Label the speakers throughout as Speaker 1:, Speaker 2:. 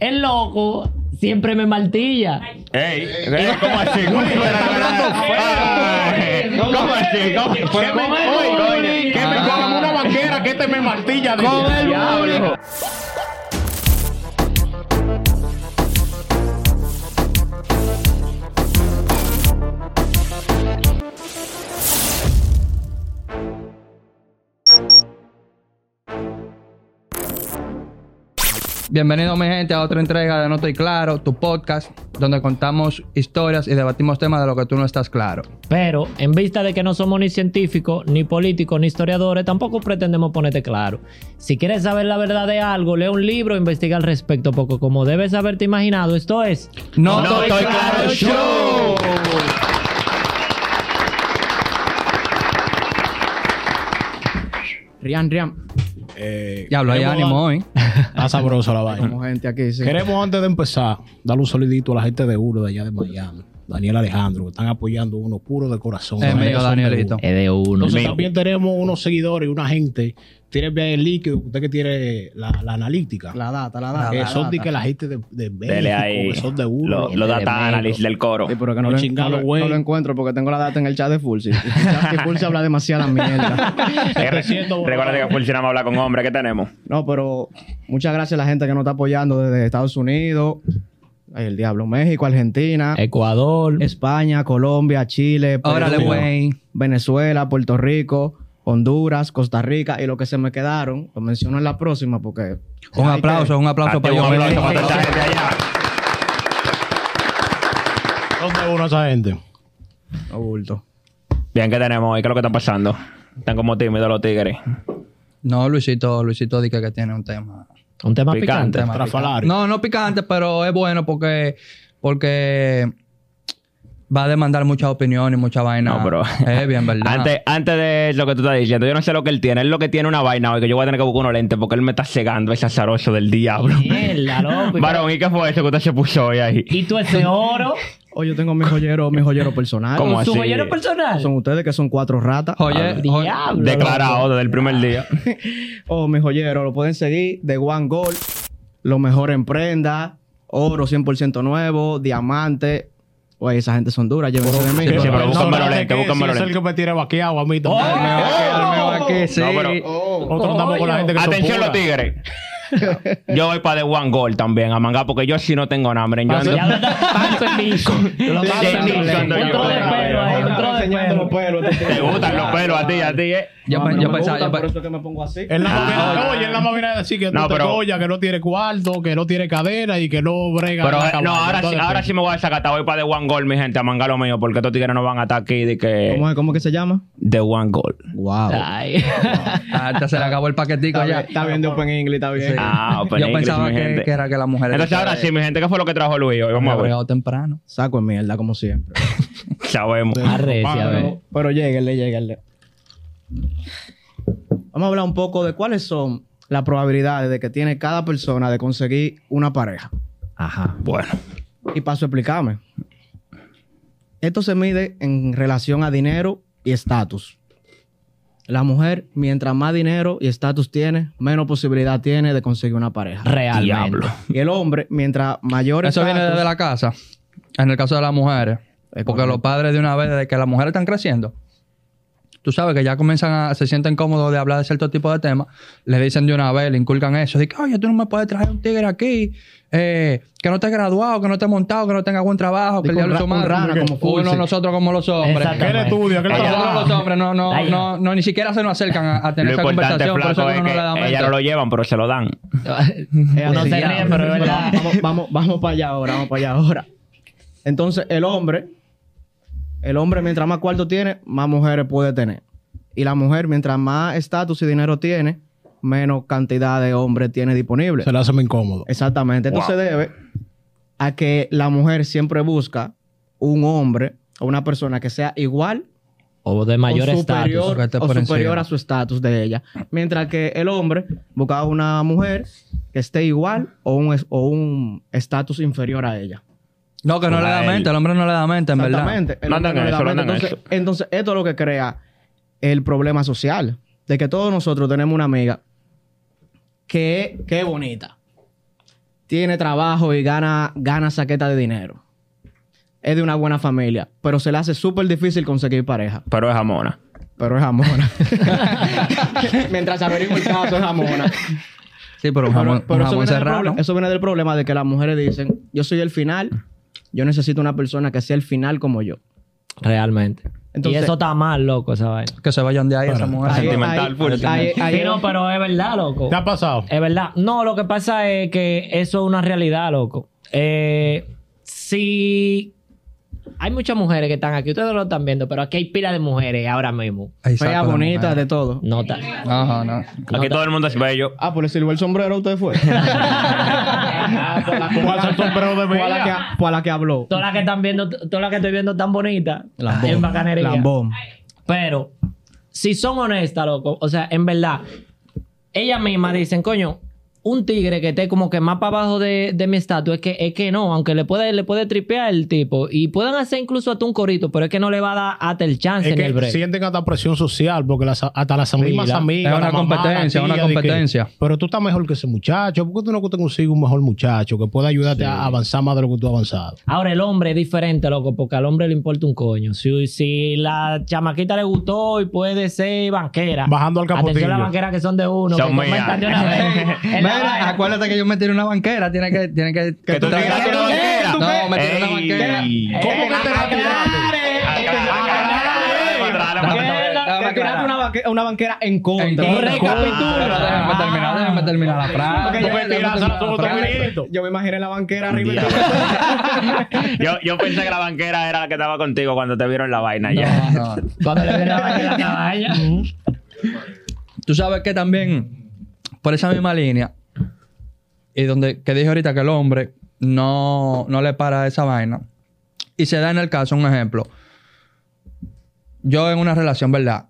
Speaker 1: el loco siempre me martilla.
Speaker 2: Ey, ey, ¿cómo así? ¿Cómo así? Ay, ¿Cómo así? ¿Cómo así?
Speaker 3: Pero
Speaker 2: ¿Cómo Ah.
Speaker 3: con el
Speaker 2: así?
Speaker 3: bullying.
Speaker 2: Que me cojan una banquera que este me martilla. de-
Speaker 3: Con el
Speaker 2: Diablo.
Speaker 3: bullying.
Speaker 4: Bienvenido mi gente a otra entrega de No Estoy Claro, tu podcast, donde contamos historias y debatimos temas de lo que tú no estás claro.
Speaker 1: Pero en vista de que no somos ni científicos, ni políticos, ni historiadores, tampoco pretendemos ponerte claro. Si quieres saber la verdad de algo, lee un libro e investiga al respecto, poco como debes haberte imaginado. Esto es.
Speaker 4: No,
Speaker 2: No
Speaker 4: estoy
Speaker 2: estoy claro, show.
Speaker 3: Rian, Rian.
Speaker 5: Eh,
Speaker 4: Diablo, hay
Speaker 5: queremos
Speaker 4: ánimo hoy.
Speaker 5: dar- Está sabroso la vaina.
Speaker 3: Como gente aquí, sí.
Speaker 5: Queremos antes de empezar darle un saludito a la gente de Uro de allá de Miami. Daniel Alejandro, que están apoyando uno puro de corazón.
Speaker 4: Es
Speaker 5: Los
Speaker 4: mío,
Speaker 5: nenes son de
Speaker 4: Danielito.
Speaker 5: Uro.
Speaker 1: Es de uno.
Speaker 5: Entonces también tenemos unos seguidores y una gente. Tiene bien el líquido, usted que tiene la, la analítica.
Speaker 3: La data, la data.
Speaker 5: que
Speaker 3: la
Speaker 5: son de
Speaker 3: data.
Speaker 5: que la gente de, de México,
Speaker 2: Dele ahí.
Speaker 5: que son de Uro.
Speaker 2: Lo- Los data analysis del coro.
Speaker 3: Sí, pero que no,
Speaker 5: Los
Speaker 3: lo,
Speaker 5: chingados,
Speaker 3: no lo-
Speaker 5: güey.
Speaker 3: no lo encuentro porque tengo la data en el chat de Fulsi. Que Fulsi habla demasiada mierda.
Speaker 2: Recuerda que funcionamos hablar con hombres que tenemos.
Speaker 3: No, pero muchas gracias a la gente que nos está apoyando desde Estados Unidos, el Diablo, México, Argentina,
Speaker 1: Eh. Ecuador.
Speaker 3: España, Colombia, Chile, Perú,
Speaker 4: Órale, güey.
Speaker 3: Venezuela, Puerto Rico, Honduras, Costa Rica y los que se me quedaron, los menciono en la próxima porque...
Speaker 4: Un
Speaker 3: Hay que-
Speaker 4: aplauso, un aplauso para
Speaker 2: Date un
Speaker 4: Giovanni.
Speaker 2: aplauso para toda esa gente allá.
Speaker 5: Son de Uro esa gente.
Speaker 3: Adulto.
Speaker 2: Bien, ¿qué tenemos hoy? ¿Qué es lo que está pasando? Están como tímidos los tigres.
Speaker 4: No, Luisito, Luisito dice que tiene un tema.
Speaker 1: Un tema
Speaker 2: Picante.
Speaker 1: picante.
Speaker 4: tema picante.
Speaker 5: Trafalario.
Speaker 4: No, no picante, pero es bueno porque, porque va a demandar muchas opiniones y mucha vaina.
Speaker 2: No, pero...
Speaker 4: Es Eh, bien, ¿verdad?
Speaker 2: Antes, antes de lo que tú estás diciendo, yo no sé lo que él tiene. Él lo que tiene es una vaina hoy que yo voy a tener que buscar unos lentes porque él me está cegando ese azaroso del diablo.
Speaker 1: Mierda, loco.
Speaker 2: Varón, ¿y qué fue eso que usted se puso hoy ahí?
Speaker 1: Y tú ese oro.
Speaker 3: Hoy yo tengo mi joyero, mi joyero personal.
Speaker 2: ¿Cómo
Speaker 1: Su
Speaker 2: así?
Speaker 1: joyero personal. Ah,
Speaker 3: Son ustedes que son cuatro ratas.
Speaker 4: Oye, oye,
Speaker 1: Diablo.
Speaker 2: Declarado desde el primer día.
Speaker 5: Ah.
Speaker 3: Oh, mi joyero, lo pueden seguir de One Gold. Lo mejor en prenda, oro 100% nuevo, diamante. Oye, esa gente son duras, llévense de mí.
Speaker 2: Oh, Sí, sí, pero búscame los
Speaker 5: Personal de
Speaker 2: lentes,
Speaker 5: que
Speaker 2: búscame
Speaker 5: si
Speaker 2: los
Speaker 5: es el que
Speaker 2: lentes.
Speaker 5: me tire vaqueado a mí también.
Speaker 4: me va a quedar,
Speaker 3: Oh.
Speaker 4: me va a quedar, sí.
Speaker 2: No, pero-
Speaker 5: Nosotros andamos con la gente que son
Speaker 2: Oh, Atención los
Speaker 5: puras.
Speaker 2: tigres. Yo voy para The One Gold también, a manga, porque yo sí no tengo
Speaker 4: Ah,
Speaker 2: hambre. Yo ando-
Speaker 1: Ya lo está- paso el bicho.
Speaker 2: Sí,
Speaker 5: paso
Speaker 2: sí,
Speaker 5: en
Speaker 2: sí,
Speaker 5: ley.
Speaker 2: ando yo.
Speaker 1: Otro de pelo ahí, otro de pelo.
Speaker 2: Te gustan los pelos a ti, a ti, eh.
Speaker 4: yo,
Speaker 3: No, a mí
Speaker 4: pe-
Speaker 3: no
Speaker 4: yo
Speaker 3: me
Speaker 4: pensaba,
Speaker 3: gusta,
Speaker 4: yo pe-
Speaker 3: por eso es que me pongo así.
Speaker 5: Él nada más
Speaker 2: Ah.
Speaker 5: viene- oye, él nada más viene a decir que
Speaker 2: No,
Speaker 5: no, te
Speaker 2: pero-
Speaker 5: colla, que no tiene cuarto, que no tiene cadera y que no brega.
Speaker 2: Pero
Speaker 5: en la
Speaker 2: eh,
Speaker 5: cabaña,
Speaker 2: no, ahora sí,
Speaker 5: entonces, pues,
Speaker 2: ahora sí me voy a desacatar. Voy para The One Gold, mi gente, a manga lo mío, porque estos tigres no van a estar aquí de que.
Speaker 3: ¿Cómo es? ¿Cómo que se llama?
Speaker 2: The One Gold.
Speaker 3: Wow.
Speaker 1: Ay.
Speaker 4: ah, hasta se le acabó el paquetico
Speaker 3: Está bien,
Speaker 4: ya.
Speaker 3: está bien de Open English, está bien.
Speaker 2: Ah, open
Speaker 4: Yo
Speaker 2: English,
Speaker 4: pensaba
Speaker 2: mi
Speaker 4: que,
Speaker 2: gente.
Speaker 4: que era que la mujer
Speaker 2: Entonces ahora sí, mi gente, ¿qué fue lo que trajo Luis hoy? Vamos a ver.
Speaker 4: bregado temprano.
Speaker 3: Saco en mierda, como siempre.
Speaker 2: Sabemos.
Speaker 1: Arrecia, a ver.
Speaker 3: Pero, pero lléguenle, lléguenle. Vamos a hablar un poco de cuáles son las probabilidades de que tiene cada persona de conseguir una pareja.
Speaker 1: Ajá.
Speaker 2: Bueno.
Speaker 3: Y paso a explicarme. Esto se mide en relación a dinero y estatus. La mujer, mientras más dinero y estatus tiene, menos posibilidad tiene de conseguir una pareja.
Speaker 1: Realmente.
Speaker 2: Diablo.
Speaker 3: Y el hombre, mientras mayor
Speaker 4: Eso viene desde la casa. En el caso de las mujeres.
Speaker 3: Es
Speaker 4: Porque
Speaker 3: correcto.
Speaker 4: los padres de una vez, desde que las mujeres están creciendo, tú sabes que ya comienzan a, se sienten cómodos de hablar de cierto tipo de temas, le dicen de una vez, le inculcan eso, de que, oye, tú no me puedes traer un tigre aquí, eh, que no esté graduado, que no esté montado, que no tenga buen trabajo, que
Speaker 3: Digo,
Speaker 4: el diablo es su
Speaker 3: un ra- un
Speaker 4: madre.
Speaker 3: rana como
Speaker 4: Uno,
Speaker 3: Fulce.
Speaker 4: nosotros como los hombres.
Speaker 5: ¿Qué
Speaker 1: Exactamente.
Speaker 5: eres tú, Dios? ¿Qué le
Speaker 4: Nosotros
Speaker 2: Ella-
Speaker 5: pasa?
Speaker 4: los hombres no, no,
Speaker 1: Ay, ya.
Speaker 4: no, no, ni siquiera se nos acercan a, a tener
Speaker 2: Lo
Speaker 4: esa
Speaker 2: importante,
Speaker 4: conversación, por eso
Speaker 2: flaco,
Speaker 4: que
Speaker 2: es
Speaker 4: uno no le da
Speaker 2: que ella
Speaker 4: mente.
Speaker 2: no lo llevan, pero se lo dan.
Speaker 1: Uno Eh, se
Speaker 3: ya.
Speaker 1: ríe, pero es verdad.
Speaker 3: Pues Vamos, vamos, vamos para allá ahora, vamos para allá ahora. Entonces, el hombre, el hombre mientras más cuarto tiene, más mujeres puede tener. Y la mujer, mientras más estatus y dinero tiene, menos cantidad de hombres tiene disponible.
Speaker 5: Se le hace muy incómodo.
Speaker 3: Exactamente. Esto
Speaker 2: Wow.
Speaker 3: se debe a que la mujer siempre busca un hombre o una persona que sea igual
Speaker 1: O de mayor
Speaker 3: o
Speaker 1: estatus.
Speaker 3: superior,
Speaker 4: que esté
Speaker 3: o
Speaker 4: por encima.
Speaker 3: superior a su estatus de ella. Mientras que el hombre buscaba una mujer que esté igual o un es- o un estatus inferior a ella.
Speaker 4: No, que no le da
Speaker 2: Ay.
Speaker 4: mente, el hombre no le da mente, en verdad.
Speaker 3: Exactamente. El
Speaker 2: No andan
Speaker 3: hombre
Speaker 2: en
Speaker 3: le da
Speaker 2: eso, no
Speaker 3: mente.
Speaker 2: andan en
Speaker 3: entonces, entonces, esto es lo que crea el problema social. De que todos nosotros tenemos una amiga que, que es bonita. tiene trabajo y gana, gana saqueta de dinero. Es de una buena familia, pero se le hace súper difícil conseguir pareja.
Speaker 2: Pero es jamona.
Speaker 3: Pero es jamona. Mientras averiguo el caso, es jamona.
Speaker 4: Sí, pero un
Speaker 3: Pero-
Speaker 4: jamón,
Speaker 3: pero
Speaker 4: un jamón
Speaker 3: eso, viene del
Speaker 4: serrano.
Speaker 3: problema, eso viene del problema de que las mujeres dicen, yo soy el final,
Speaker 4: Ah.
Speaker 3: yo necesito una persona que sea el final como yo.
Speaker 1: Realmente.
Speaker 3: Entonces-
Speaker 1: y eso está mal, loco, esa vaina.
Speaker 4: Que se vayan de ahí esa mujer.
Speaker 2: Ahí- Sentimental,
Speaker 3: ahí-
Speaker 2: full.
Speaker 3: ahí- ahí-
Speaker 1: Sí, no, pero es verdad, loco.
Speaker 5: ¿Te ha pasado?
Speaker 1: Es verdad. No, lo que pasa es que eso es una realidad, loco. Eh, si hay muchas mujeres que están aquí, ustedes no lo están viendo, pero aquí hay pila de mujeres ahora mismo.
Speaker 4: ahí saco
Speaker 3: fea,
Speaker 4: la
Speaker 3: bonita,
Speaker 4: mujer.
Speaker 3: de todo.
Speaker 1: No está.
Speaker 4: Ajá, no.
Speaker 2: Aquí todo el mundo es bello.
Speaker 3: Ah, pues le sirvió el sombrero a usted fue. Ah, por la- por
Speaker 5: ¿Cuál es el
Speaker 3: la-
Speaker 5: sombrero de
Speaker 3: por la
Speaker 5: Mella?
Speaker 3: que- por la que habló.
Speaker 1: Todas las que están viendo, todas las que estoy viendo tan bonitas. en bacanería.
Speaker 3: Lambón.
Speaker 1: Pero, si son honestas, loco, o sea, en verdad, ellas mismas dicen, coño, un tigre que esté como que más para abajo de, de mi estatua, es que, es que no, aunque le puede, le puede tripear el tipo, y pueden hacer incluso hasta un corito, pero es que no le va a dar hasta el chance
Speaker 5: Es
Speaker 1: en el
Speaker 5: que
Speaker 1: break.
Speaker 5: sienten hasta presión social, porque las, hasta las mismas
Speaker 1: la-
Speaker 5: amigas.
Speaker 4: es una
Speaker 5: la mamá, la
Speaker 4: competencia,
Speaker 5: tía,
Speaker 4: una
Speaker 5: de que,
Speaker 4: competencia.
Speaker 5: pero tú estás mejor que ese muchacho. ¿Por qué tú no consigues un mejor muchacho que pueda ayudarte a avanzar más de lo que tú has avanzado?
Speaker 1: Ahora, el hombre es diferente, loco, porque al hombre le importa un coño. Si, si la chamaquita le gustó y puede ser banquera.
Speaker 5: Bajando al
Speaker 1: Atención a las
Speaker 5: capotillo.
Speaker 1: banqueras que son de uno.
Speaker 2: Son
Speaker 1: que
Speaker 2: mías.
Speaker 1: comentan de una vez. En la
Speaker 4: Mira,
Speaker 1: vaina.
Speaker 4: acuérdate que yo me tiré una banquera. Tiene que. Tiene que,
Speaker 2: Que tú
Speaker 4: tragar-
Speaker 2: tiraste una banquera.
Speaker 4: No, me tiré una
Speaker 2: Ey.
Speaker 4: banquera.
Speaker 5: ¿Cómo
Speaker 3: Eh,
Speaker 5: que te la
Speaker 4: Déjame
Speaker 3: Que tiraste
Speaker 4: aclarar.
Speaker 3: una banque- una banquera en contra.
Speaker 4: Entonces,
Speaker 1: Recapitula.
Speaker 4: Déjame terminar, déjame terminar la frase.
Speaker 3: Porque yo
Speaker 4: Déjame
Speaker 5: tiraste
Speaker 4: terminar
Speaker 5: la foto
Speaker 4: frase.
Speaker 5: también.
Speaker 3: Yo me imaginé la banquera arriba.
Speaker 2: Yo, yo pensé que la banquera era la que estaba contigo cuando te vieron la vaina ya.
Speaker 4: No, no, no.
Speaker 1: Cuando le viene la vaina a la cabaña.
Speaker 4: Tú sabes que también, por esa misma línea, y donde que dije ahorita que el hombre no, no le para esa vaina, y se da en el caso, un ejemplo. Yo en una relación, ¿verdad?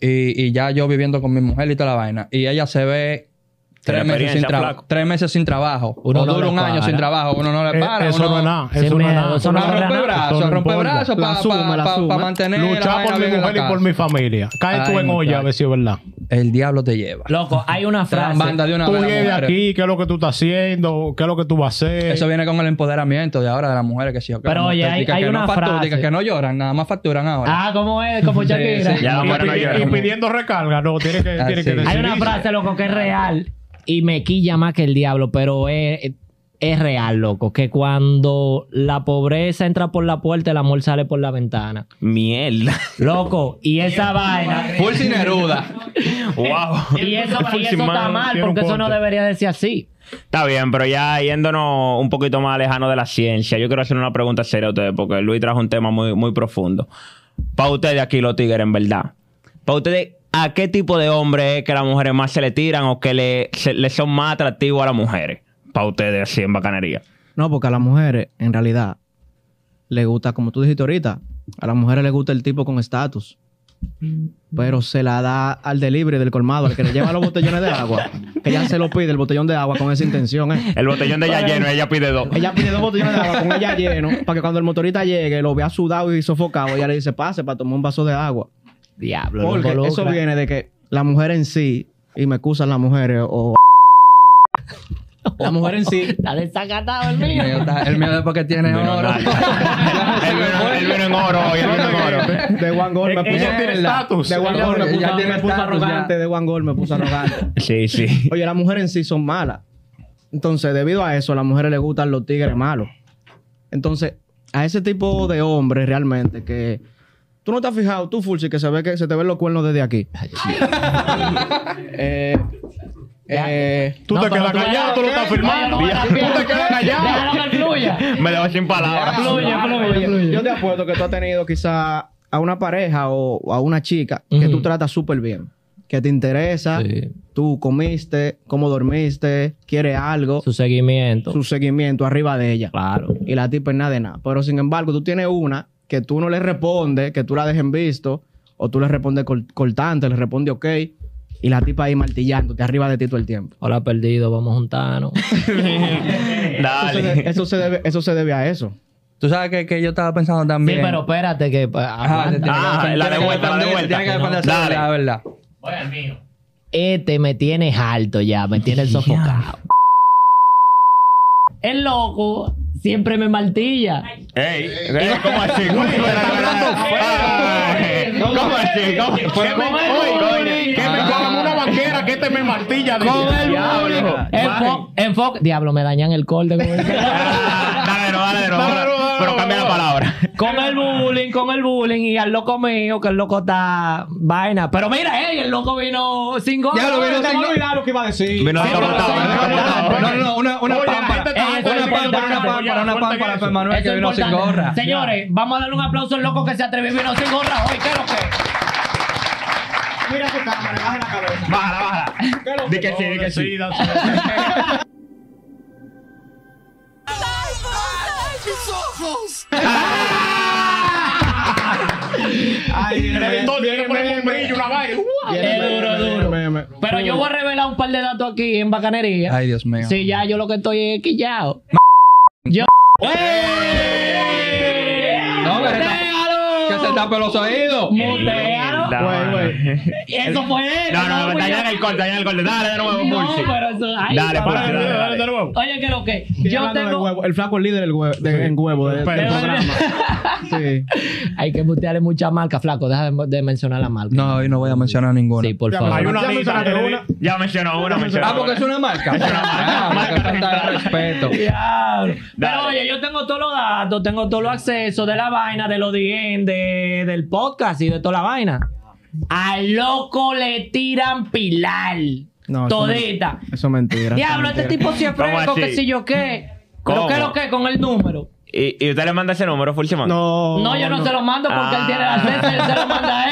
Speaker 4: Y, y ya yo viviendo con mi mujer y toda la vaina, y ella se ve.
Speaker 2: Tiene
Speaker 4: Tres meses, sin
Speaker 2: experiencia,
Speaker 4: traba-
Speaker 2: flaco.
Speaker 4: tres meses sin trabajo.
Speaker 1: Uno
Speaker 4: o
Speaker 1: no
Speaker 4: dura
Speaker 1: le
Speaker 4: un año
Speaker 1: para.
Speaker 4: sin trabajo. Uno no le
Speaker 5: Eh,
Speaker 4: para.
Speaker 5: eso
Speaker 4: uno-
Speaker 5: no es nada.
Speaker 1: Sin
Speaker 5: Eso no es
Speaker 1: miedo,
Speaker 5: nada.
Speaker 1: eso no
Speaker 4: uno
Speaker 1: es nada.
Speaker 4: rompe brazos,
Speaker 5: Eso no
Speaker 4: rompe
Speaker 5: importa.
Speaker 4: brazos
Speaker 3: La
Speaker 4: para
Speaker 3: suma, la suma.
Speaker 4: mantener. la
Speaker 5: Luchar
Speaker 4: vaina
Speaker 5: por mi
Speaker 4: bien en la
Speaker 5: mujer y
Speaker 4: casa.
Speaker 5: por mi familia. Cae tú
Speaker 4: Ay,
Speaker 5: en olla, a
Speaker 4: muchacho.
Speaker 5: ver si es verdad.
Speaker 4: El diablo te lleva.
Speaker 1: Loco, hay una
Speaker 4: Te dan banda
Speaker 1: frase.
Speaker 4: de una
Speaker 5: Tú
Speaker 4: vez a las
Speaker 5: vienes de
Speaker 4: mujeres.
Speaker 5: aquí, qué es lo que tú estás haciendo, qué es lo que tú vas a hacer.
Speaker 4: Eso viene con el empoderamiento de ahora de las mujeres que sí. o que
Speaker 1: Pero
Speaker 4: no,
Speaker 1: oye,
Speaker 4: te-
Speaker 1: hay-
Speaker 4: que
Speaker 1: hay
Speaker 4: no
Speaker 1: una
Speaker 4: factu-
Speaker 1: frase.
Speaker 4: diga que no lloran, nada más facturan ahora.
Speaker 1: Ah, ¿cómo es? Como Shakira.
Speaker 4: sí.
Speaker 2: Ya la
Speaker 5: y,
Speaker 2: mujer no
Speaker 5: pidi- Ah, y
Speaker 2: llora.
Speaker 5: pidiendo recarga, no, tiene que,
Speaker 4: Ah,
Speaker 5: tiene
Speaker 4: sí.
Speaker 5: que
Speaker 1: Hay una
Speaker 5: decidirse.
Speaker 1: frase, loco, que es real y me quilla más que el diablo, pero es, es real, loco. Que cuando la pobreza entra por la puerta, el amor sale por la ventana.
Speaker 2: Mierda.
Speaker 1: Loco, y esa vaina.
Speaker 4: Full sin heruda.
Speaker 2: Wow.
Speaker 1: Y eso, y eso está mal,
Speaker 5: tiene un
Speaker 1: porque eso no
Speaker 5: corte.
Speaker 1: debería decir así.
Speaker 2: Está bien, pero ya yéndonos un poquito más lejano de la ciencia, yo quiero hacer una pregunta seria a ustedes, porque Luis trajo un tema muy, muy profundo. Para ustedes aquí, los tigres, en verdad. Para ustedes, ¿a qué tipo de hombre es que las mujeres más se le tiran o que le, se- le son más atractivos a las mujeres? Para ustedes, así en bacanería.
Speaker 3: No, porque a las mujeres, en realidad, le gusta, como tú dijiste ahorita, a las mujeres les gusta el tipo con estatus. Pero se la da al delivery del colmado, al que le lleva los botellones de agua. Que ya se lo pide el botellón de agua con esa intención, ¿eh?
Speaker 2: El botellón de ella lleno, ella pide dos.
Speaker 3: Ella pide dos botellones de agua con ella lleno, para que cuando el motorista llegue, lo vea sudado y sofocado, ella le dice, pase para tomar un vaso de agua.
Speaker 1: Diablo,
Speaker 3: Porque
Speaker 1: loco,
Speaker 3: eso
Speaker 1: loca.
Speaker 3: viene de que la mujer en sí, y me excusan las mujeres, o... La mujer en sí
Speaker 1: Está desacatado el
Speaker 4: El
Speaker 1: mío.
Speaker 4: mío está- el mío es porque tiene
Speaker 2: Menos
Speaker 4: oro.
Speaker 2: mal. El vino, el vino en oro hoy, el vino en oro.
Speaker 3: De One Gold me puso.
Speaker 5: Ella tiene
Speaker 4: Mierda.
Speaker 5: estatus.
Speaker 3: De One Gold me
Speaker 4: Ya
Speaker 3: puso,
Speaker 4: tiene
Speaker 3: me puso
Speaker 4: estatus,
Speaker 3: arrogante.
Speaker 4: ya.
Speaker 3: De One Gold me puso arrogante.
Speaker 2: Sí, sí.
Speaker 3: Oye, las mujeres en sí son malas. Entonces, debido a eso, a las mujeres les gustan los tigres malos. Entonces, a ese tipo de hombres realmente que. Tú no te has fijado, tú, Fulsi, que se ve que se te ven los cuernos desde aquí. eh, eh,
Speaker 5: Tú
Speaker 1: No,
Speaker 5: te
Speaker 1: pero
Speaker 5: quedas
Speaker 1: tú-
Speaker 5: callado, tú lo estás firmando.
Speaker 1: Oye, no,
Speaker 5: Tú te quedas
Speaker 1: Déjalo
Speaker 5: callado.
Speaker 1: que fluya.
Speaker 2: Me dejo sin palabras.
Speaker 1: Fluye, fluye, fluye.
Speaker 3: yo te apuesto que tú has tenido quizá a una pareja o, o a una chica que
Speaker 1: Ujú.
Speaker 3: tú tratas súper bien. Que te interesa,
Speaker 1: Sí.
Speaker 3: tú comiste, cómo dormiste, quiere algo,
Speaker 1: Su seguimiento.
Speaker 3: su seguimiento arriba de ella.
Speaker 1: Claro.
Speaker 3: y la tipa es nada de nada. Pero sin embargo, tú tienes una que tú no le respondes, que tú la dejes en visto, o tú le respondes col- cortante, le respondes ok, y la tipa ahí martillándote arriba de ti todo el tiempo.
Speaker 1: Hola, perdido, vamos a juntarnos.
Speaker 3: Eso
Speaker 2: Dale.
Speaker 3: se, eso se debe, eso se debe a eso.
Speaker 4: Tú sabes que, que yo estaba pensando también.
Speaker 1: Sí, pero espérate que. pa-
Speaker 4: Ajá, se
Speaker 1: aguanta.
Speaker 4: tiene que
Speaker 2: Ah,
Speaker 4: defender,
Speaker 2: la de
Speaker 4: tiene que
Speaker 2: vuelta, la de
Speaker 4: defender,
Speaker 2: vuelta.
Speaker 4: Tiene que defenderse,
Speaker 2: Dale.
Speaker 4: la verdad.
Speaker 1: Este me tiene alto ya, me tiene sofocado. El loco siempre me martilla.
Speaker 2: Ey, ey, ¿cómo así? ¿Cómo así? Ay, ¿Cómo así? ¿Cómo así?
Speaker 5: Que me- oye, oye, que me cojan una banquera que este me martilla.
Speaker 1: Con el
Speaker 5: Diablo.
Speaker 1: público. Enfo- enfoque- Diablo, me dañan el corte. con el-
Speaker 2: Dale, no, dale, no. Pero cambia la palabra.
Speaker 1: Con el bullying, con el bullying y al loco mío, que el loco está vaina. Pero mira, ey, el loco vino sin gorra.
Speaker 3: Ya lo vino
Speaker 1: el
Speaker 3: sin
Speaker 1: loco
Speaker 3: gorra.
Speaker 5: Mira lo que iba a decir.
Speaker 2: Vino
Speaker 1: Sí,
Speaker 2: desconectado,
Speaker 1: pero-
Speaker 2: vino desconectado.
Speaker 4: No, no, no, una, una
Speaker 1: está-
Speaker 4: pámpara. Una
Speaker 1: está
Speaker 4: pámpara,
Speaker 1: importante.
Speaker 4: una pámpara, una pámpara para Manuel
Speaker 1: Eso
Speaker 4: que
Speaker 1: es
Speaker 4: vino sin
Speaker 1: importante.
Speaker 4: gorra.
Speaker 1: Señores, vamos a darle un aplauso al loco que se atrevió y vino sin gorra hoy. ¿Qué es lo que?
Speaker 3: Mira tu cámara, baja la cabeza.
Speaker 2: Bájala, bájala. Di que sí, di que sí.
Speaker 3: Ay, viene
Speaker 1: Es duro, duro. Pero yo voy a revelar un par de datos aquí en Bacanería.
Speaker 4: Ay, Dios mío.
Speaker 1: Si ya yo lo que estoy es quillado. Yo.
Speaker 4: No, que se
Speaker 1: ¡Mutealo!
Speaker 4: Que se tape los oídos.
Speaker 1: ¡Mutealo!
Speaker 2: Dale.
Speaker 1: Eso fue.
Speaker 2: No, no, no, dañan el corte, dañan el corte. Dale de nuevo,
Speaker 1: No,
Speaker 2: Pulsi.
Speaker 1: pero eso. ay,
Speaker 2: Dale,
Speaker 1: papá.
Speaker 2: Pulsi, dale, dale.
Speaker 1: Oye, que lo que. Yo tengo.
Speaker 3: El flaco es líder del huevo, de- en huevo de- del
Speaker 1: Pero-
Speaker 3: programa. Sí.
Speaker 1: Hay que mutearle muchas marcas, flaco. Deja de, de mencionar la marca.
Speaker 4: No, hoy no voy a mencionar ninguna.
Speaker 1: Sí, por favor.
Speaker 3: Hay una
Speaker 2: Ya
Speaker 3: lista.
Speaker 2: mencionaste una. Ya mencionó una, mencionó
Speaker 4: Ah, porque
Speaker 2: una.
Speaker 4: es una marca. Ah, porque falta de respeto.
Speaker 1: Diablo.
Speaker 2: Dale.
Speaker 1: Pero oye, yo tengo todos los datos, tengo todos los accesos de la vaina, de los DM, de, del podcast y de toda la vaina. Al loco le tiran pilar.
Speaker 3: No, eso
Speaker 1: todita.
Speaker 3: Eso es mentira.
Speaker 1: Diablo, este tipo siempre
Speaker 2: ¿Cómo
Speaker 1: es
Speaker 2: así?
Speaker 1: que si yo qué.
Speaker 2: ¿Cómo?
Speaker 1: ¿Pero qué lo que? Con el número.
Speaker 2: ¿Y y usted le manda ese número, Fulsi, man?
Speaker 3: No.
Speaker 1: No, yo no, se lo mando porque
Speaker 2: Ah.
Speaker 1: él tiene el acceso y él se lo manda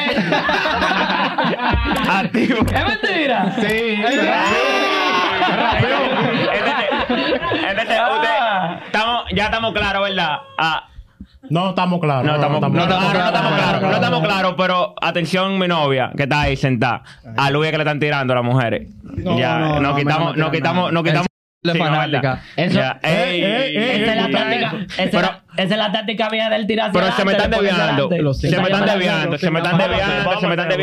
Speaker 1: a él.
Speaker 2: Activo.
Speaker 1: ¿Es mentira?
Speaker 3: Sí.
Speaker 2: Entonces, entonces, este,
Speaker 1: Ah.
Speaker 2: usted- estamos- ya estamos claros, ¿verdad? Ah,
Speaker 5: No estamos claros.
Speaker 2: no, estamos, no,
Speaker 5: claros.
Speaker 2: ah, no, no estamos claros. No estamos
Speaker 3: claros.
Speaker 2: claros, pero atención, mi novia, que está ahí sentada. A Luis que le están tirando a las mujeres.
Speaker 3: No,
Speaker 2: ya,
Speaker 3: no, no,
Speaker 2: nos
Speaker 3: me
Speaker 2: quitamos,
Speaker 3: no
Speaker 2: nos
Speaker 3: me tiran
Speaker 2: quitamos,
Speaker 3: nada.
Speaker 2: nos quitamos.
Speaker 4: Es
Speaker 2: Sí, no,
Speaker 4: fanática.
Speaker 2: ¿verdad?
Speaker 1: Eso- eh,
Speaker 2: Ya, ey,
Speaker 1: Esa es la
Speaker 2: ey,
Speaker 1: táctica,
Speaker 2: ey.
Speaker 1: esa es
Speaker 2: Pero-
Speaker 1: la- esa es la táctica vieja del tirarse
Speaker 2: Pero se me están
Speaker 1: adelante, después
Speaker 2: desviando.
Speaker 1: adelante.
Speaker 2: Se me están desviando, se me están desviando,
Speaker 5: Vámonos,
Speaker 2: se me están
Speaker 5: vámonos,
Speaker 2: desviando,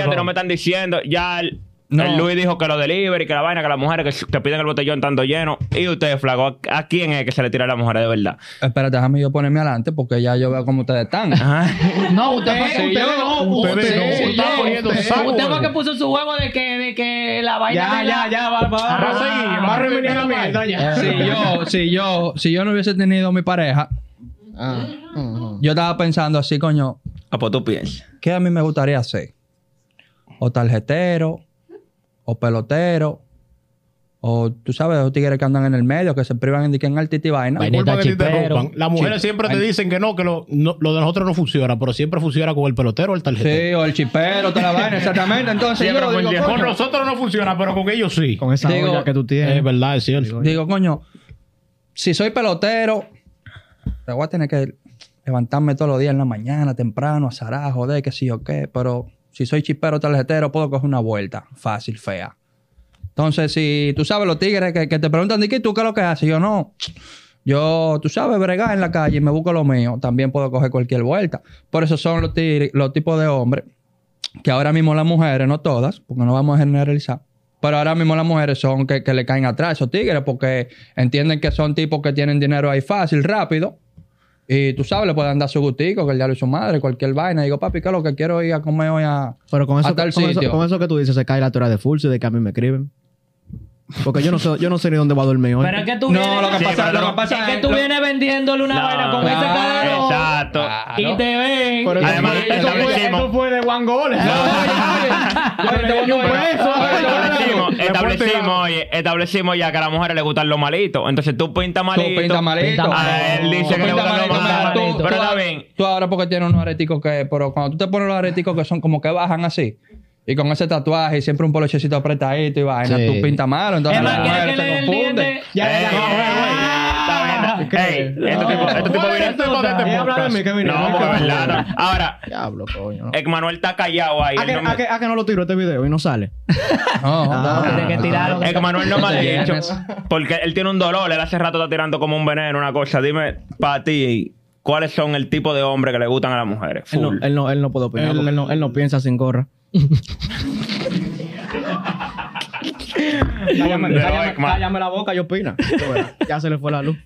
Speaker 2: no
Speaker 5: vámonos.
Speaker 2: me están diciendo. Ya el,
Speaker 4: No.
Speaker 2: el Luis dijo que lo delivery, que la vaina, que las mujeres que te piden el botellón tanto lleno. Y usted, flaco, ¿a a quién es que se le tira a la mujer de verdad?
Speaker 4: Espérate, déjame yo ponerme adelante porque ya yo veo cómo ustedes están.
Speaker 2: Ajá.
Speaker 1: No, usted fue que-
Speaker 4: yo no,
Speaker 1: usted-
Speaker 5: ustedes no,
Speaker 1: usted-
Speaker 5: está poniendo
Speaker 1: usted-
Speaker 5: saco,
Speaker 1: Usted fue
Speaker 5: güey.
Speaker 1: que puso su huevo de que, de que la vaina.
Speaker 3: Ya,
Speaker 1: de la-
Speaker 3: ya, ya, va, va, va.
Speaker 1: Ah.
Speaker 3: a seguir, va a revenir la mierda ya.
Speaker 4: Si yo, si yo, si yo no hubiese tenido mi pareja,
Speaker 3: Ah. Ujú.
Speaker 4: yo estaba pensando así, coño,
Speaker 2: Ah, pues tú piensas.
Speaker 4: ¿qué a mí me gustaría hacer? O tarjetero, o pelotero, o tú sabes, esos tigres que andan en el medio, que se privan de que en altita y vaina.
Speaker 1: Vaina.
Speaker 5: Culpa que te
Speaker 1: Neta chipero.
Speaker 5: interrumpan. Las mujeres siempre te dicen que no, que lo, no- lo de nosotros no funciona, pero siempre funciona con el pelotero o el tarjetero.
Speaker 4: Sí, o el chipero, toda la vaina, exactamente. Entonces
Speaker 2: Siempre
Speaker 4: yo digo,
Speaker 2: fue el
Speaker 5: Con
Speaker 4: coño,
Speaker 5: nosotros no funciona, pero con ellos sí.
Speaker 3: Con esa
Speaker 4: Digo,
Speaker 3: olla que tú
Speaker 5: Es
Speaker 3: tienes.
Speaker 5: verdad, es cierto.
Speaker 4: digo, coño, si soy pelotero, te voy a tener que levantarme todos los días en la mañana, temprano, a zarar, joder, qué sé yo qué. Pero si soy chipero, tarjetero, puedo coger una vuelta. Fácil, fea. Entonces, si tú sabes los tigres que, que te preguntan, ¿y qué tú qué es lo que haces? Yo no. Yo, tú sabes, bregar en la calle y me busco lo mío. También puedo coger cualquier vuelta. Por eso son los, tigres- los tipos de hombres que ahora mismo las mujeres, no todas, porque no vamos a generalizar, pero ahora mismo las mujeres son que, que le caen atrás a esos tigres porque entienden que son tipos que tienen dinero ahí fácil, rápido. Y tú sabes, le pueden dar su gustico, que el diablo y su madre, cualquier vaina. Y digo, papi, ¿qué es lo que quiero ir a comer hoy a,
Speaker 3: Pero con eso,
Speaker 4: a tal
Speaker 3: con,
Speaker 4: sitio?
Speaker 3: eso, con eso que tú dices se cae la teoría de Fulcio de que a mí me escriben. Porque yo no sé, yo no sé ni dónde va a dormir hoy.
Speaker 1: Pero es que tú
Speaker 4: No,
Speaker 1: vienes-
Speaker 4: lo que
Speaker 2: Sí,
Speaker 4: pasa,
Speaker 2: pero
Speaker 4: lo
Speaker 2: no-
Speaker 4: que
Speaker 1: es
Speaker 4: pasa
Speaker 1: que tú
Speaker 4: lo-
Speaker 1: vienes vendiéndole una vaina con ese
Speaker 2: claro,
Speaker 1: calor
Speaker 2: Exacto.
Speaker 1: y te ven.
Speaker 3: Pero eso
Speaker 2: Además,
Speaker 3: fue- eso, fue,
Speaker 2: establecimos-
Speaker 3: eso fue de One Goal.
Speaker 4: Yo- yo-
Speaker 2: Establecimos,
Speaker 5: Me puedo
Speaker 2: establecimos,
Speaker 5: tirar.
Speaker 2: oye, establecimos ya que a las mujeres les gustan los malitos. Entonces tú pintas
Speaker 4: Tú
Speaker 2: malito.
Speaker 4: pinta Ah, malito.
Speaker 2: A él dice
Speaker 4: Tú
Speaker 2: que le
Speaker 4: pinta
Speaker 2: gustan los
Speaker 4: malito,
Speaker 2: malitos.
Speaker 4: tú-
Speaker 2: Pero
Speaker 4: tú
Speaker 2: está
Speaker 4: ahora-
Speaker 2: bien.
Speaker 4: Tú ahora porque tienes unos areticos que... Pero cuando tú te pones los areticos que son como que bajan así... Y con ese tatuaje y siempre un polochecito apretadito y vaina,
Speaker 3: Sí.
Speaker 4: tú pintas malo, entonces
Speaker 1: Es más,
Speaker 4: las
Speaker 1: ¿quiere
Speaker 4: mujeres
Speaker 1: que
Speaker 4: se
Speaker 1: le dé el
Speaker 4: confunden.
Speaker 1: diente?
Speaker 3: Ya,
Speaker 2: Ey,
Speaker 3: ya, ya, ya,
Speaker 2: Eh, está bien, está- ey, este estos tipos- estos tipos
Speaker 5: ¿Cuál es el
Speaker 2: vienen-
Speaker 5: tema de este
Speaker 3: Ya habla de mí,
Speaker 5: podcast?
Speaker 3: que vine.
Speaker 2: No, porque es verdad. no. Ahora,
Speaker 3: Diablo, coño.
Speaker 2: Manuel está callado ahí.
Speaker 3: ¿A que,
Speaker 2: él no
Speaker 3: a, que, a que no lo tiro este video y no sale? Ah,
Speaker 4: No,
Speaker 2: Ah,
Speaker 1: No,
Speaker 4: no,
Speaker 1: tiene que tirarlo.
Speaker 2: Es que Manuel no me
Speaker 4: Ese
Speaker 2: ha dicho.
Speaker 4: viernes.
Speaker 2: Porque él tiene un dolor. Él hace rato está tirando como un veneno, una cosa. Dime, para ti, ¿cuáles son el tipo de hombres que le gustan a las mujeres?
Speaker 3: Él no,
Speaker 2: Full.
Speaker 3: él no, él no puede opinar porque él no, él no piensa sin gorra. Cállame,
Speaker 2: De
Speaker 3: cállame-
Speaker 2: Oekman.
Speaker 3: cállame la boca y opina. Tú verás, Ya se le fue la luz.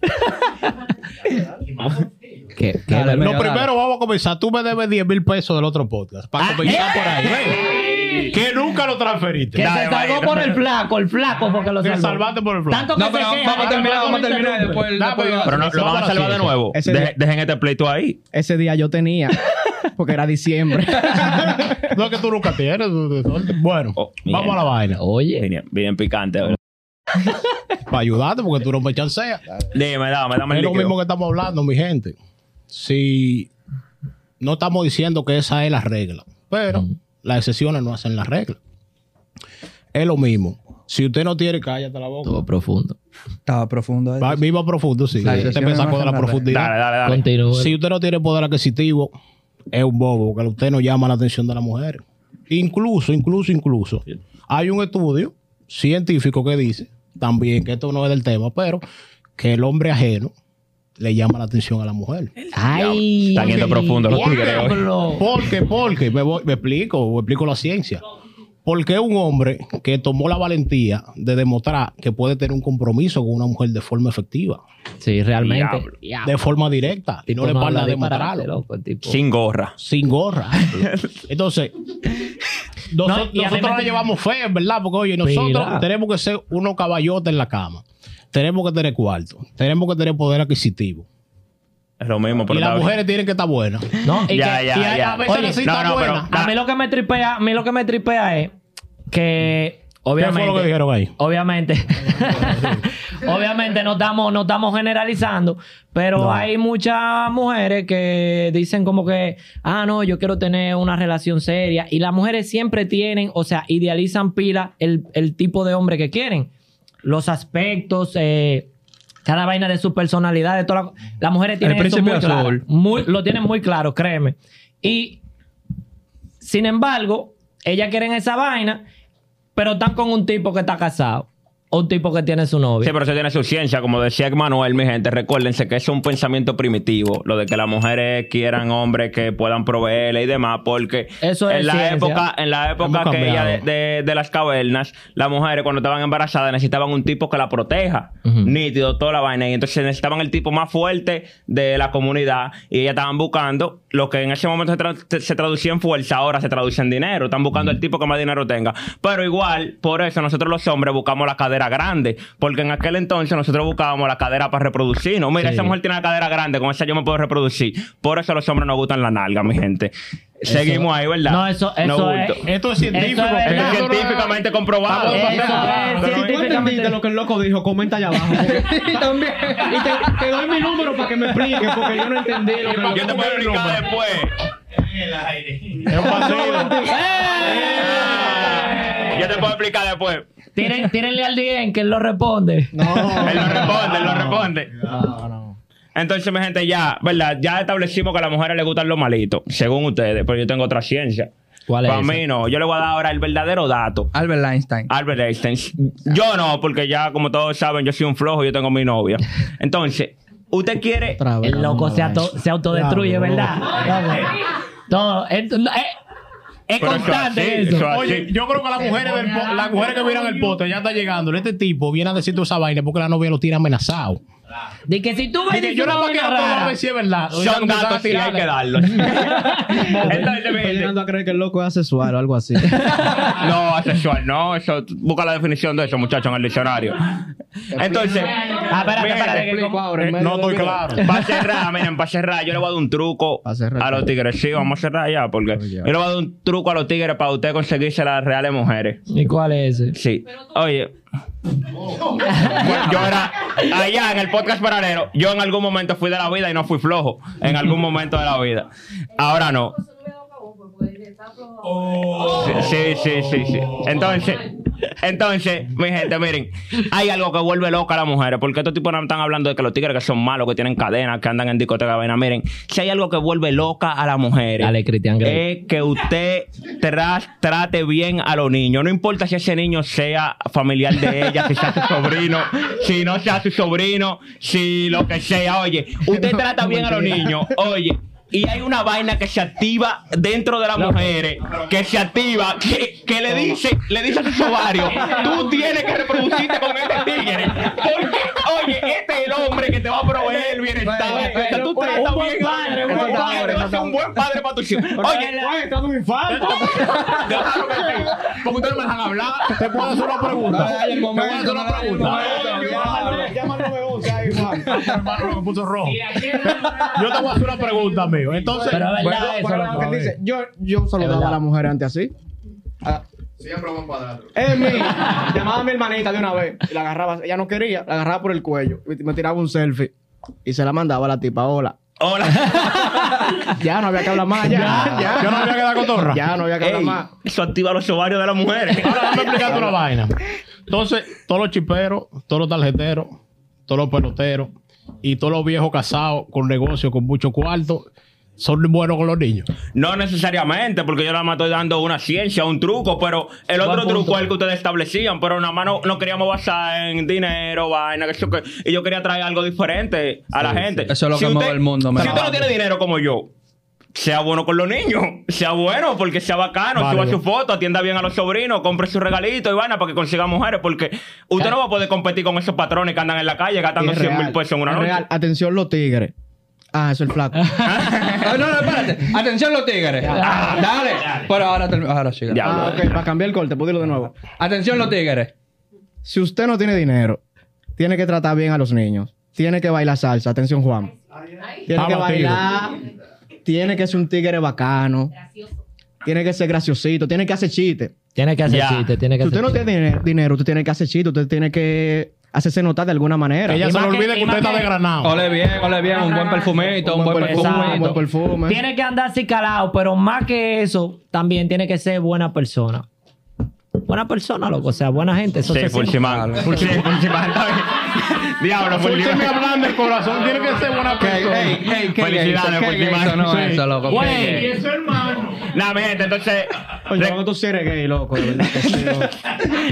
Speaker 4: ¿Qué?
Speaker 5: Dale, no, primero vamos a comenzar. Tú me debes 10 mil pesos del otro podcast.
Speaker 2: Ah,
Speaker 5: Para
Speaker 2: eh.
Speaker 5: comenzar por Ah, pues ahí. ven. Que nunca lo transferiste.
Speaker 1: Que
Speaker 2: Dale,
Speaker 1: se salvó
Speaker 2: Mayra.
Speaker 1: por el flaco, el flaco porque lo
Speaker 5: Te
Speaker 1: salvó.
Speaker 5: salvaste por el flaco.
Speaker 1: Tanto que
Speaker 4: No, pero
Speaker 1: se queja,
Speaker 4: vamos a terminar,
Speaker 1: que
Speaker 4: vamos a
Speaker 1: me
Speaker 4: terminar y
Speaker 1: interrumpe.
Speaker 4: después.
Speaker 5: Nah,
Speaker 4: después-
Speaker 5: Ah, pero-
Speaker 2: Pero no, lo
Speaker 5: Vamos
Speaker 2: van
Speaker 5: a
Speaker 2: a
Speaker 5: la
Speaker 2: salvar de
Speaker 5: ciencia.
Speaker 2: nuevo.
Speaker 3: Ese
Speaker 2: Deje-
Speaker 3: día-
Speaker 2: Dejen este pleito ahí.
Speaker 3: Ese día yo tenía, porque era diciembre.
Speaker 5: No es que tú nunca tienes. tú- tú- tú- Bueno,
Speaker 2: Oh,
Speaker 5: vamos a la vaina.
Speaker 1: Oye,
Speaker 2: Bien, bien picante. ¿verdad?
Speaker 5: Para ayudarte, porque tú no me chanceas.
Speaker 2: Dime, dame, dame el
Speaker 5: Es lo mismo
Speaker 2: Ah, líquido.
Speaker 5: que estamos hablando, mi gente. Si no estamos diciendo que esa es la regla, pero las excepciones no hacen la regla. Es lo mismo. Si usted no tiene, cállate la boca.
Speaker 1: todo profundo.
Speaker 4: Estaba profundo. ¿eh? ahí.
Speaker 5: Va, viva profundo, sí.
Speaker 4: Las
Speaker 5: Usted
Speaker 4: excepciones
Speaker 5: me
Speaker 4: no
Speaker 5: sacó de
Speaker 4: hacen
Speaker 5: la
Speaker 4: la
Speaker 5: profundidad.
Speaker 2: Dale, dale, dale.
Speaker 1: Continúa.
Speaker 5: Si usted no tiene poder adquisitivo, es un bobo, porque usted no llama la atención de la mujer. Incluso, incluso, incluso. Hay un estudio científico que dice, también que esto no es del tema, pero que el hombre ajeno le llama la atención a la mujer.
Speaker 1: Ay,
Speaker 2: Están yendo profundo los tigres hoy.
Speaker 1: diablo.
Speaker 5: ¿Por qué? Porque me, voy- me explico, me explico la ciencia. Porque un hombre que tomó la valentía de demostrar que puede tener un compromiso con una mujer de forma efectiva,
Speaker 1: Sí, realmente.
Speaker 2: Diablo.
Speaker 1: Diablo.
Speaker 5: de forma directa, y no le
Speaker 1: Tipo,
Speaker 5: parla
Speaker 1: habla
Speaker 5: de
Speaker 1: disparate,
Speaker 5: demostrarlo,
Speaker 1: loco, el tipo.
Speaker 2: Sin gorra.
Speaker 5: sin gorra. Entonces, noso-
Speaker 1: No, y
Speaker 5: nosotros
Speaker 1: además-
Speaker 5: la llevamos fea, en ¿verdad? Porque oye, nosotros
Speaker 1: Pila.
Speaker 5: tenemos que ser unos caballotes en la cama, tenemos que tener cuarto, tenemos que tener poder adquisitivo.
Speaker 2: Es lo mismo, pero
Speaker 5: Y
Speaker 2: está
Speaker 5: las
Speaker 2: bien.
Speaker 5: mujeres tienen que estar buenas.
Speaker 1: No, y
Speaker 2: Ya,
Speaker 1: que-
Speaker 2: ya,
Speaker 5: y hay-
Speaker 2: ya.
Speaker 5: a veces
Speaker 2: Oye,
Speaker 5: así
Speaker 2: no,
Speaker 5: está
Speaker 2: no, pero-
Speaker 5: buena.
Speaker 1: A mí lo que me tripea, a mí lo que me tripea es que
Speaker 5: ¿Qué
Speaker 1: obviamente
Speaker 5: fue lo que dijeron ahí?
Speaker 1: Obviamente. Obviamente no estamos, no estamos generalizando, pero hay muchas mujeres que dicen como que, ah, no, yo quiero tener una relación seria. Y las mujeres siempre tienen, o sea, idealizan pila el, el tipo de hombre que quieren. Los aspectos, eh, cada vaina de su personalidad, de toda la- Las mujeres tienen
Speaker 4: El
Speaker 1: eso
Speaker 4: príncipe
Speaker 1: muy claro.
Speaker 4: azul.
Speaker 1: Muy- lo tienen muy claro, créeme. Y sin embargo, ellas quieren esa vaina, pero están con un tipo que está casado. O un tipo que tiene su novia.
Speaker 2: Sí, pero eso tiene su ciencia. Como decía Manuel, mi gente, recuérdense que es un pensamiento primitivo, lo de que las mujeres quieran hombres que puedan proveerle y demás, porque
Speaker 1: Eso es
Speaker 2: en, la
Speaker 1: ciencia.
Speaker 2: época, en la época
Speaker 5: Hemos
Speaker 2: aquella de,
Speaker 5: cambiado.
Speaker 2: de- de las cavernas, las mujeres cuando estaban embarazadas necesitaban un tipo que la proteja, nítido, toda la vaina. Y entonces necesitaban el tipo más fuerte de la comunidad y ellas estaban buscando lo que en ese momento se, tra- se traducía en fuerza, ahora se traduce en dinero. Están buscando el tipo que más dinero tenga. Pero igual, por eso nosotros los hombres buscamos la cadera grande, porque en aquel entonces nosotros buscábamos la cadera para reproducirnos. Mira,
Speaker 1: Sí.
Speaker 2: esa mujer tiene la cadera grande, con esa yo me puedo reproducir. Por eso los hombres nos gustan la nalga, mi gente. Seguimos ahí, ¿verdad?
Speaker 1: No, eso-
Speaker 2: No
Speaker 1: eso
Speaker 2: bulto.
Speaker 1: es-
Speaker 5: Esto es científico.
Speaker 1: Eso es
Speaker 2: Esto
Speaker 1: verdad.
Speaker 2: es científicamente comprobado.
Speaker 1: Eso es
Speaker 3: Ah, Pero si tú
Speaker 1: científicamente-
Speaker 3: entendiste lo que el loco dijo, comenta allá abajo. porque-
Speaker 4: También.
Speaker 3: y te, te doy mi número para que me expliques, porque yo no entendí lo que el
Speaker 2: Yo te
Speaker 3: loco
Speaker 2: puedo explicar después.
Speaker 5: Es Eh. un vacío.
Speaker 1: Eh.
Speaker 2: Yo te puedo explicar después.
Speaker 1: Tiren- tírenle al DM que él lo responde.
Speaker 2: Él lo responde, él lo responde. Entonces, mi gente, ya, ¿verdad? Ya establecimos que a las mujeres les gustan los malitos, según ustedes, pero yo tengo otra ciencia.
Speaker 1: ¿Cuál es
Speaker 2: Para
Speaker 1: esa?
Speaker 2: mí no. Yo le voy a dar ahora el verdadero dato.
Speaker 4: Albert Einstein.
Speaker 2: Albert Einstein. Yo no, porque ya, como todos saben, yo soy un flojo, yo tengo mi novia. Entonces, ¿usted quiere
Speaker 3: Otra vez,
Speaker 1: El loco
Speaker 3: vamos a
Speaker 1: se,
Speaker 3: la
Speaker 1: auto- se autodestruye,
Speaker 3: Diablo.
Speaker 1: ¿verdad? Loco. Todo. Es, no, eh, es- es
Speaker 2: Pero eso
Speaker 1: constante
Speaker 2: así,
Speaker 1: eso.
Speaker 2: eso-
Speaker 5: Oye, yo creo que las mujeres, del po- las mujeres que miran el pote ya está llegando. Este tipo viene a decir toda esa vaina porque la novia lo tiene amenazado.
Speaker 1: De que si tú ves
Speaker 5: Dije, yo no me quiero probar a ver si es verdad. Ahorita
Speaker 2: Son
Speaker 5: comenzaron a
Speaker 2: datos y hay
Speaker 5: tirarle.
Speaker 2: que darlos. Entonces, mi
Speaker 3: Estoy
Speaker 2: gente,
Speaker 3: llegando a creer que el loco es asexual o algo así.
Speaker 2: No, asexual, no. Eso, busca la definición de eso, muchacho, en el diccionario. Entonces,
Speaker 1: Ah, espérate, espérate, que
Speaker 3: Explico ahora, en
Speaker 5: Eh,
Speaker 3: medio
Speaker 5: no
Speaker 3: de-
Speaker 5: estoy claro.
Speaker 2: para cerrar, miren, para cerrar, yo le voy a dar un truco
Speaker 3: Pa' cerrar.
Speaker 2: a los tigres. Sí, vamos a cerrar ya, porque yo le voy a dar un truco a los tigres para usted conseguirse las reales mujeres.
Speaker 1: ¿Y cuál es ese?
Speaker 2: Sí. Oye. Yo era allá en el podcast paralelo. Yo en algún momento fui de la vida y no fui flojo. En algún momento de la vida. Ahora no. Sí, sí, sí, sí. Entonces, entonces, mi gente, miren, hay algo que vuelve loca a las mujeres, porque estos tipos no están hablando de que los tigres que son malos, que tienen cadenas, que andan en discoteca, vaina. Miren, si hay algo que vuelve loca a las mujeres,
Speaker 1: Dale, Christian Grey.
Speaker 2: es que usted tra- trate bien a los niños. No importa si ese niño sea familiar de ella, si sea su sobrino, si no sea su sobrino, si lo que sea. Oye, usted trata bien a los niños. Oye, Y hay una vaina que se activa dentro de las mujeres, que se activa, que, que le dice, le dice a sus ovarios, tú tienes que reproducirte con este tigre. Porque, oye, este es el hombre que te va a proveer el bienestar.
Speaker 3: Bueno,
Speaker 2: O sea, tú
Speaker 3: bueno,
Speaker 2: tratas
Speaker 3: un buen
Speaker 2: bien a-
Speaker 3: padre, un
Speaker 2: Este
Speaker 3: buen padre,
Speaker 2: va a ser un buen padre para tus hijos. Oye,
Speaker 5: está un infarto.
Speaker 2: porque ustedes no me dejan hablar.
Speaker 5: Te puedo hacer una pregunta.
Speaker 3: Ay, el
Speaker 5: Te puedo hacer
Speaker 3: momento,
Speaker 5: una
Speaker 3: ay, el
Speaker 5: pregunta.
Speaker 3: momento,
Speaker 5: Llámalo, Llámalo 911 ahí, Juan. Hermano, me puso rojo. Yo te voy a hacer una pregunta, amigo. Entonces,
Speaker 1: Pero es
Speaker 3: Bueno,
Speaker 1: verdad eso,
Speaker 3: pero
Speaker 1: loco.
Speaker 3: lo que dice, yo, yo saludaba a las mujeres antes así.
Speaker 6: Siempre van para atrás.
Speaker 3: Es mí. Llamaba a mi hermanita de una vez y la agarraba. Ella no quería, la agarraba por el cuello. y me tiraba un selfie y se la mandaba a la tipa. Hola.
Speaker 2: Hola.
Speaker 3: Ya no había que hablar más. Ya, ya.
Speaker 5: yo no me voy a quedar con Torra.
Speaker 3: Ya no había que hablar
Speaker 2: Ey,
Speaker 3: más.
Speaker 2: eso activa los ovarios de las mujeres.
Speaker 5: Ahora déjame explicarte una vaina. Entonces, todos los chiperos, todos los tarjeteros, todos los peloteros y todos los viejos casados con negocios con mucho cuarto son buenos con los niños.
Speaker 2: No necesariamente, porque yo nada más estoy dando una ciencia, un truco, pero el otro truco es el que ustedes establecían, pero nada más no, no queríamos basar en dinero, vaina, que eso que- y yo quería traer algo diferente a la gente.
Speaker 4: Eso es lo que mueve el mundo,
Speaker 2: Si usted
Speaker 4: mano.
Speaker 2: no tiene dinero como yo, sea bueno con los niños, sea bueno, porque sea bacano,
Speaker 5: Válido.
Speaker 2: suba su foto, atienda bien a los sobrinos, compre su regalito y vaina para que consiga mujeres, porque usted no va a poder competir con esos patrones que andan en la calle gastando
Speaker 3: Es
Speaker 2: 100 mil
Speaker 3: real,
Speaker 2: pesos en una
Speaker 3: es
Speaker 2: noche.
Speaker 3: real. Atención los tigres. Ah, eso es el flaco.
Speaker 4: Ah, no, no, espérate. Atención los tigres. Ah, dale. Pero ahora, termi- ahora sí.
Speaker 2: Ya.
Speaker 3: Ah, ok, para cambiar el corte, puedo decirlo de nuevo.
Speaker 4: Atención los tigres.
Speaker 3: Si usted no tiene dinero, tiene que tratar bien a los niños. Tiene que bailar salsa. Atención, Juan. Tiene que
Speaker 5: Vamos, tigre.
Speaker 3: bailar. Tiene que ser un tigre bacano. Tiene que ser graciosito. Tiene que hacer chistes.
Speaker 1: Tiene que hacer
Speaker 2: Ya.
Speaker 1: chiste, tiene que
Speaker 3: Si usted
Speaker 1: hacer
Speaker 3: no
Speaker 1: chiste.
Speaker 3: tiene diner- dinero, usted tiene que hacer chistes. Usted tiene que hacerse notar de alguna manera.
Speaker 5: Ella
Speaker 1: Y
Speaker 5: se
Speaker 1: más
Speaker 5: le
Speaker 1: que-
Speaker 5: olvide
Speaker 1: y
Speaker 5: que
Speaker 1: más
Speaker 5: usted está
Speaker 1: que-
Speaker 5: de granado.
Speaker 4: Ole bien, ole bien. Un buen perfumito, un buen
Speaker 3: perfume, un
Speaker 4: perfumito.
Speaker 3: buen perfume.
Speaker 1: Tiene que andar calado, pero más que eso, también tiene que ser buena persona. Buena persona, loco. O sea, buena gente. Eso
Speaker 2: Sí,
Speaker 1: se siente.
Speaker 2: Fulchimán. Sí, Fulchimán. Diablo,
Speaker 5: Escúcheme
Speaker 2: Fulchimán.
Speaker 5: hablando de corazón, tiene que ser buena persona.
Speaker 4: Ey, ey, ¿qué
Speaker 2: Felicidades,
Speaker 4: gay eso? ¿Qué
Speaker 2: pues,
Speaker 4: gay
Speaker 2: Dimar.
Speaker 4: eso no es
Speaker 5: Sí.
Speaker 4: eso, loco? ¿Qué
Speaker 1: Güey.
Speaker 4: gay?
Speaker 5: eso, hermano.
Speaker 2: Nada, mi gente, entonces.
Speaker 3: Oye,
Speaker 2: re-
Speaker 3: cuando tú sí eres gay, loco. de verdad que sí, loco.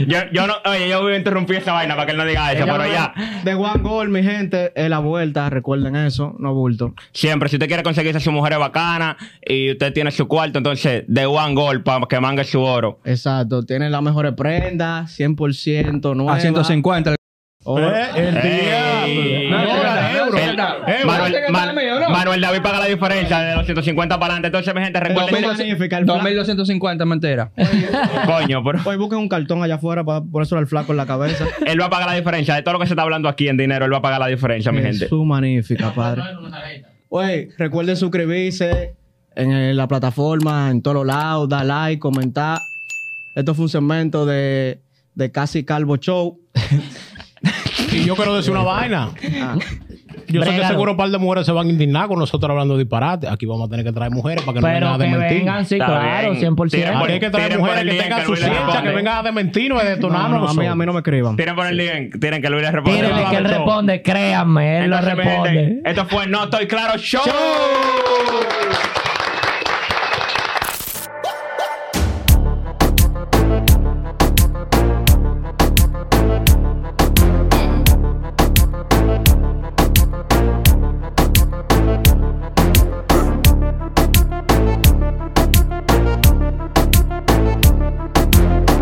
Speaker 2: yo, yo no, oye, yo voy a interrumpir esa vaina para que él no diga eso, pero ya.
Speaker 3: De Juan Gol, mi gente, es la vuelta. Recuerden eso, no bulto.
Speaker 2: Siempre, si usted quiere conseguirse a su mujer bacana y usted tiene su cuarto, entonces de one goal para que mangue su oro.
Speaker 3: Exacto, tienen las mejores prendas, 100% nueva.
Speaker 4: A 150.
Speaker 3: Oro.
Speaker 5: el
Speaker 2: Ey.
Speaker 5: diablo. Dólares,
Speaker 4: No,
Speaker 5: euros.
Speaker 4: no, no, no.
Speaker 5: Eh,
Speaker 2: Manuel,
Speaker 4: ¿verdad que
Speaker 2: Man-
Speaker 4: está mío, no?
Speaker 2: Manuel David paga la diferencia de los 150 para adelante. Entonces, mi gente, recuerden.
Speaker 3: magnífica, el plan.
Speaker 4: 2250, mentira.
Speaker 2: Coño, pero.
Speaker 3: Hoy busquen un cartón allá afuera para ponérselo al flaco en la cabeza.
Speaker 2: Él va a pagar la diferencia. De todo lo que se está hablando aquí en dinero, él va a pagar la diferencia, mi gente.
Speaker 3: Su magnífica, padre. Oye, recuerden suscribirse en eh, la plataforma, en todos los lados, dar like, comentar. Esto fue un segmento de, de Casi Calvo Show.
Speaker 5: Y yo quiero
Speaker 3: Ah.
Speaker 5: decir una vaina. Yo sé que
Speaker 1: Brégalo.
Speaker 5: seguro un par de mujeres se van a indignar con nosotros hablando de disparate. Aquí vamos a tener que traer mujeres para que no
Speaker 1: Pero
Speaker 5: vengan a
Speaker 1: que
Speaker 5: desmentir.
Speaker 1: vengan, sí,
Speaker 2: Está
Speaker 1: claro,
Speaker 2: bien.
Speaker 1: 100%.
Speaker 2: Tienen
Speaker 5: Aquí hay que traer
Speaker 2: Tiren por
Speaker 5: mujeres
Speaker 2: el
Speaker 5: que
Speaker 2: link,
Speaker 5: tengan
Speaker 2: que
Speaker 5: su
Speaker 2: Luis le
Speaker 5: ciencia, que
Speaker 2: responde.
Speaker 5: vengan a desmentirnos y
Speaker 3: No,
Speaker 5: detonarnos
Speaker 3: no, a mí, a mí no me escriban.
Speaker 2: Tienen por el link. Tienen que Luis le responde.
Speaker 1: Tírenle que él
Speaker 5: Todo.
Speaker 1: responde, créanme, él lo
Speaker 2: Entonces, mi gente,
Speaker 1: responde.
Speaker 2: Esto fue No Estoy Claro Show.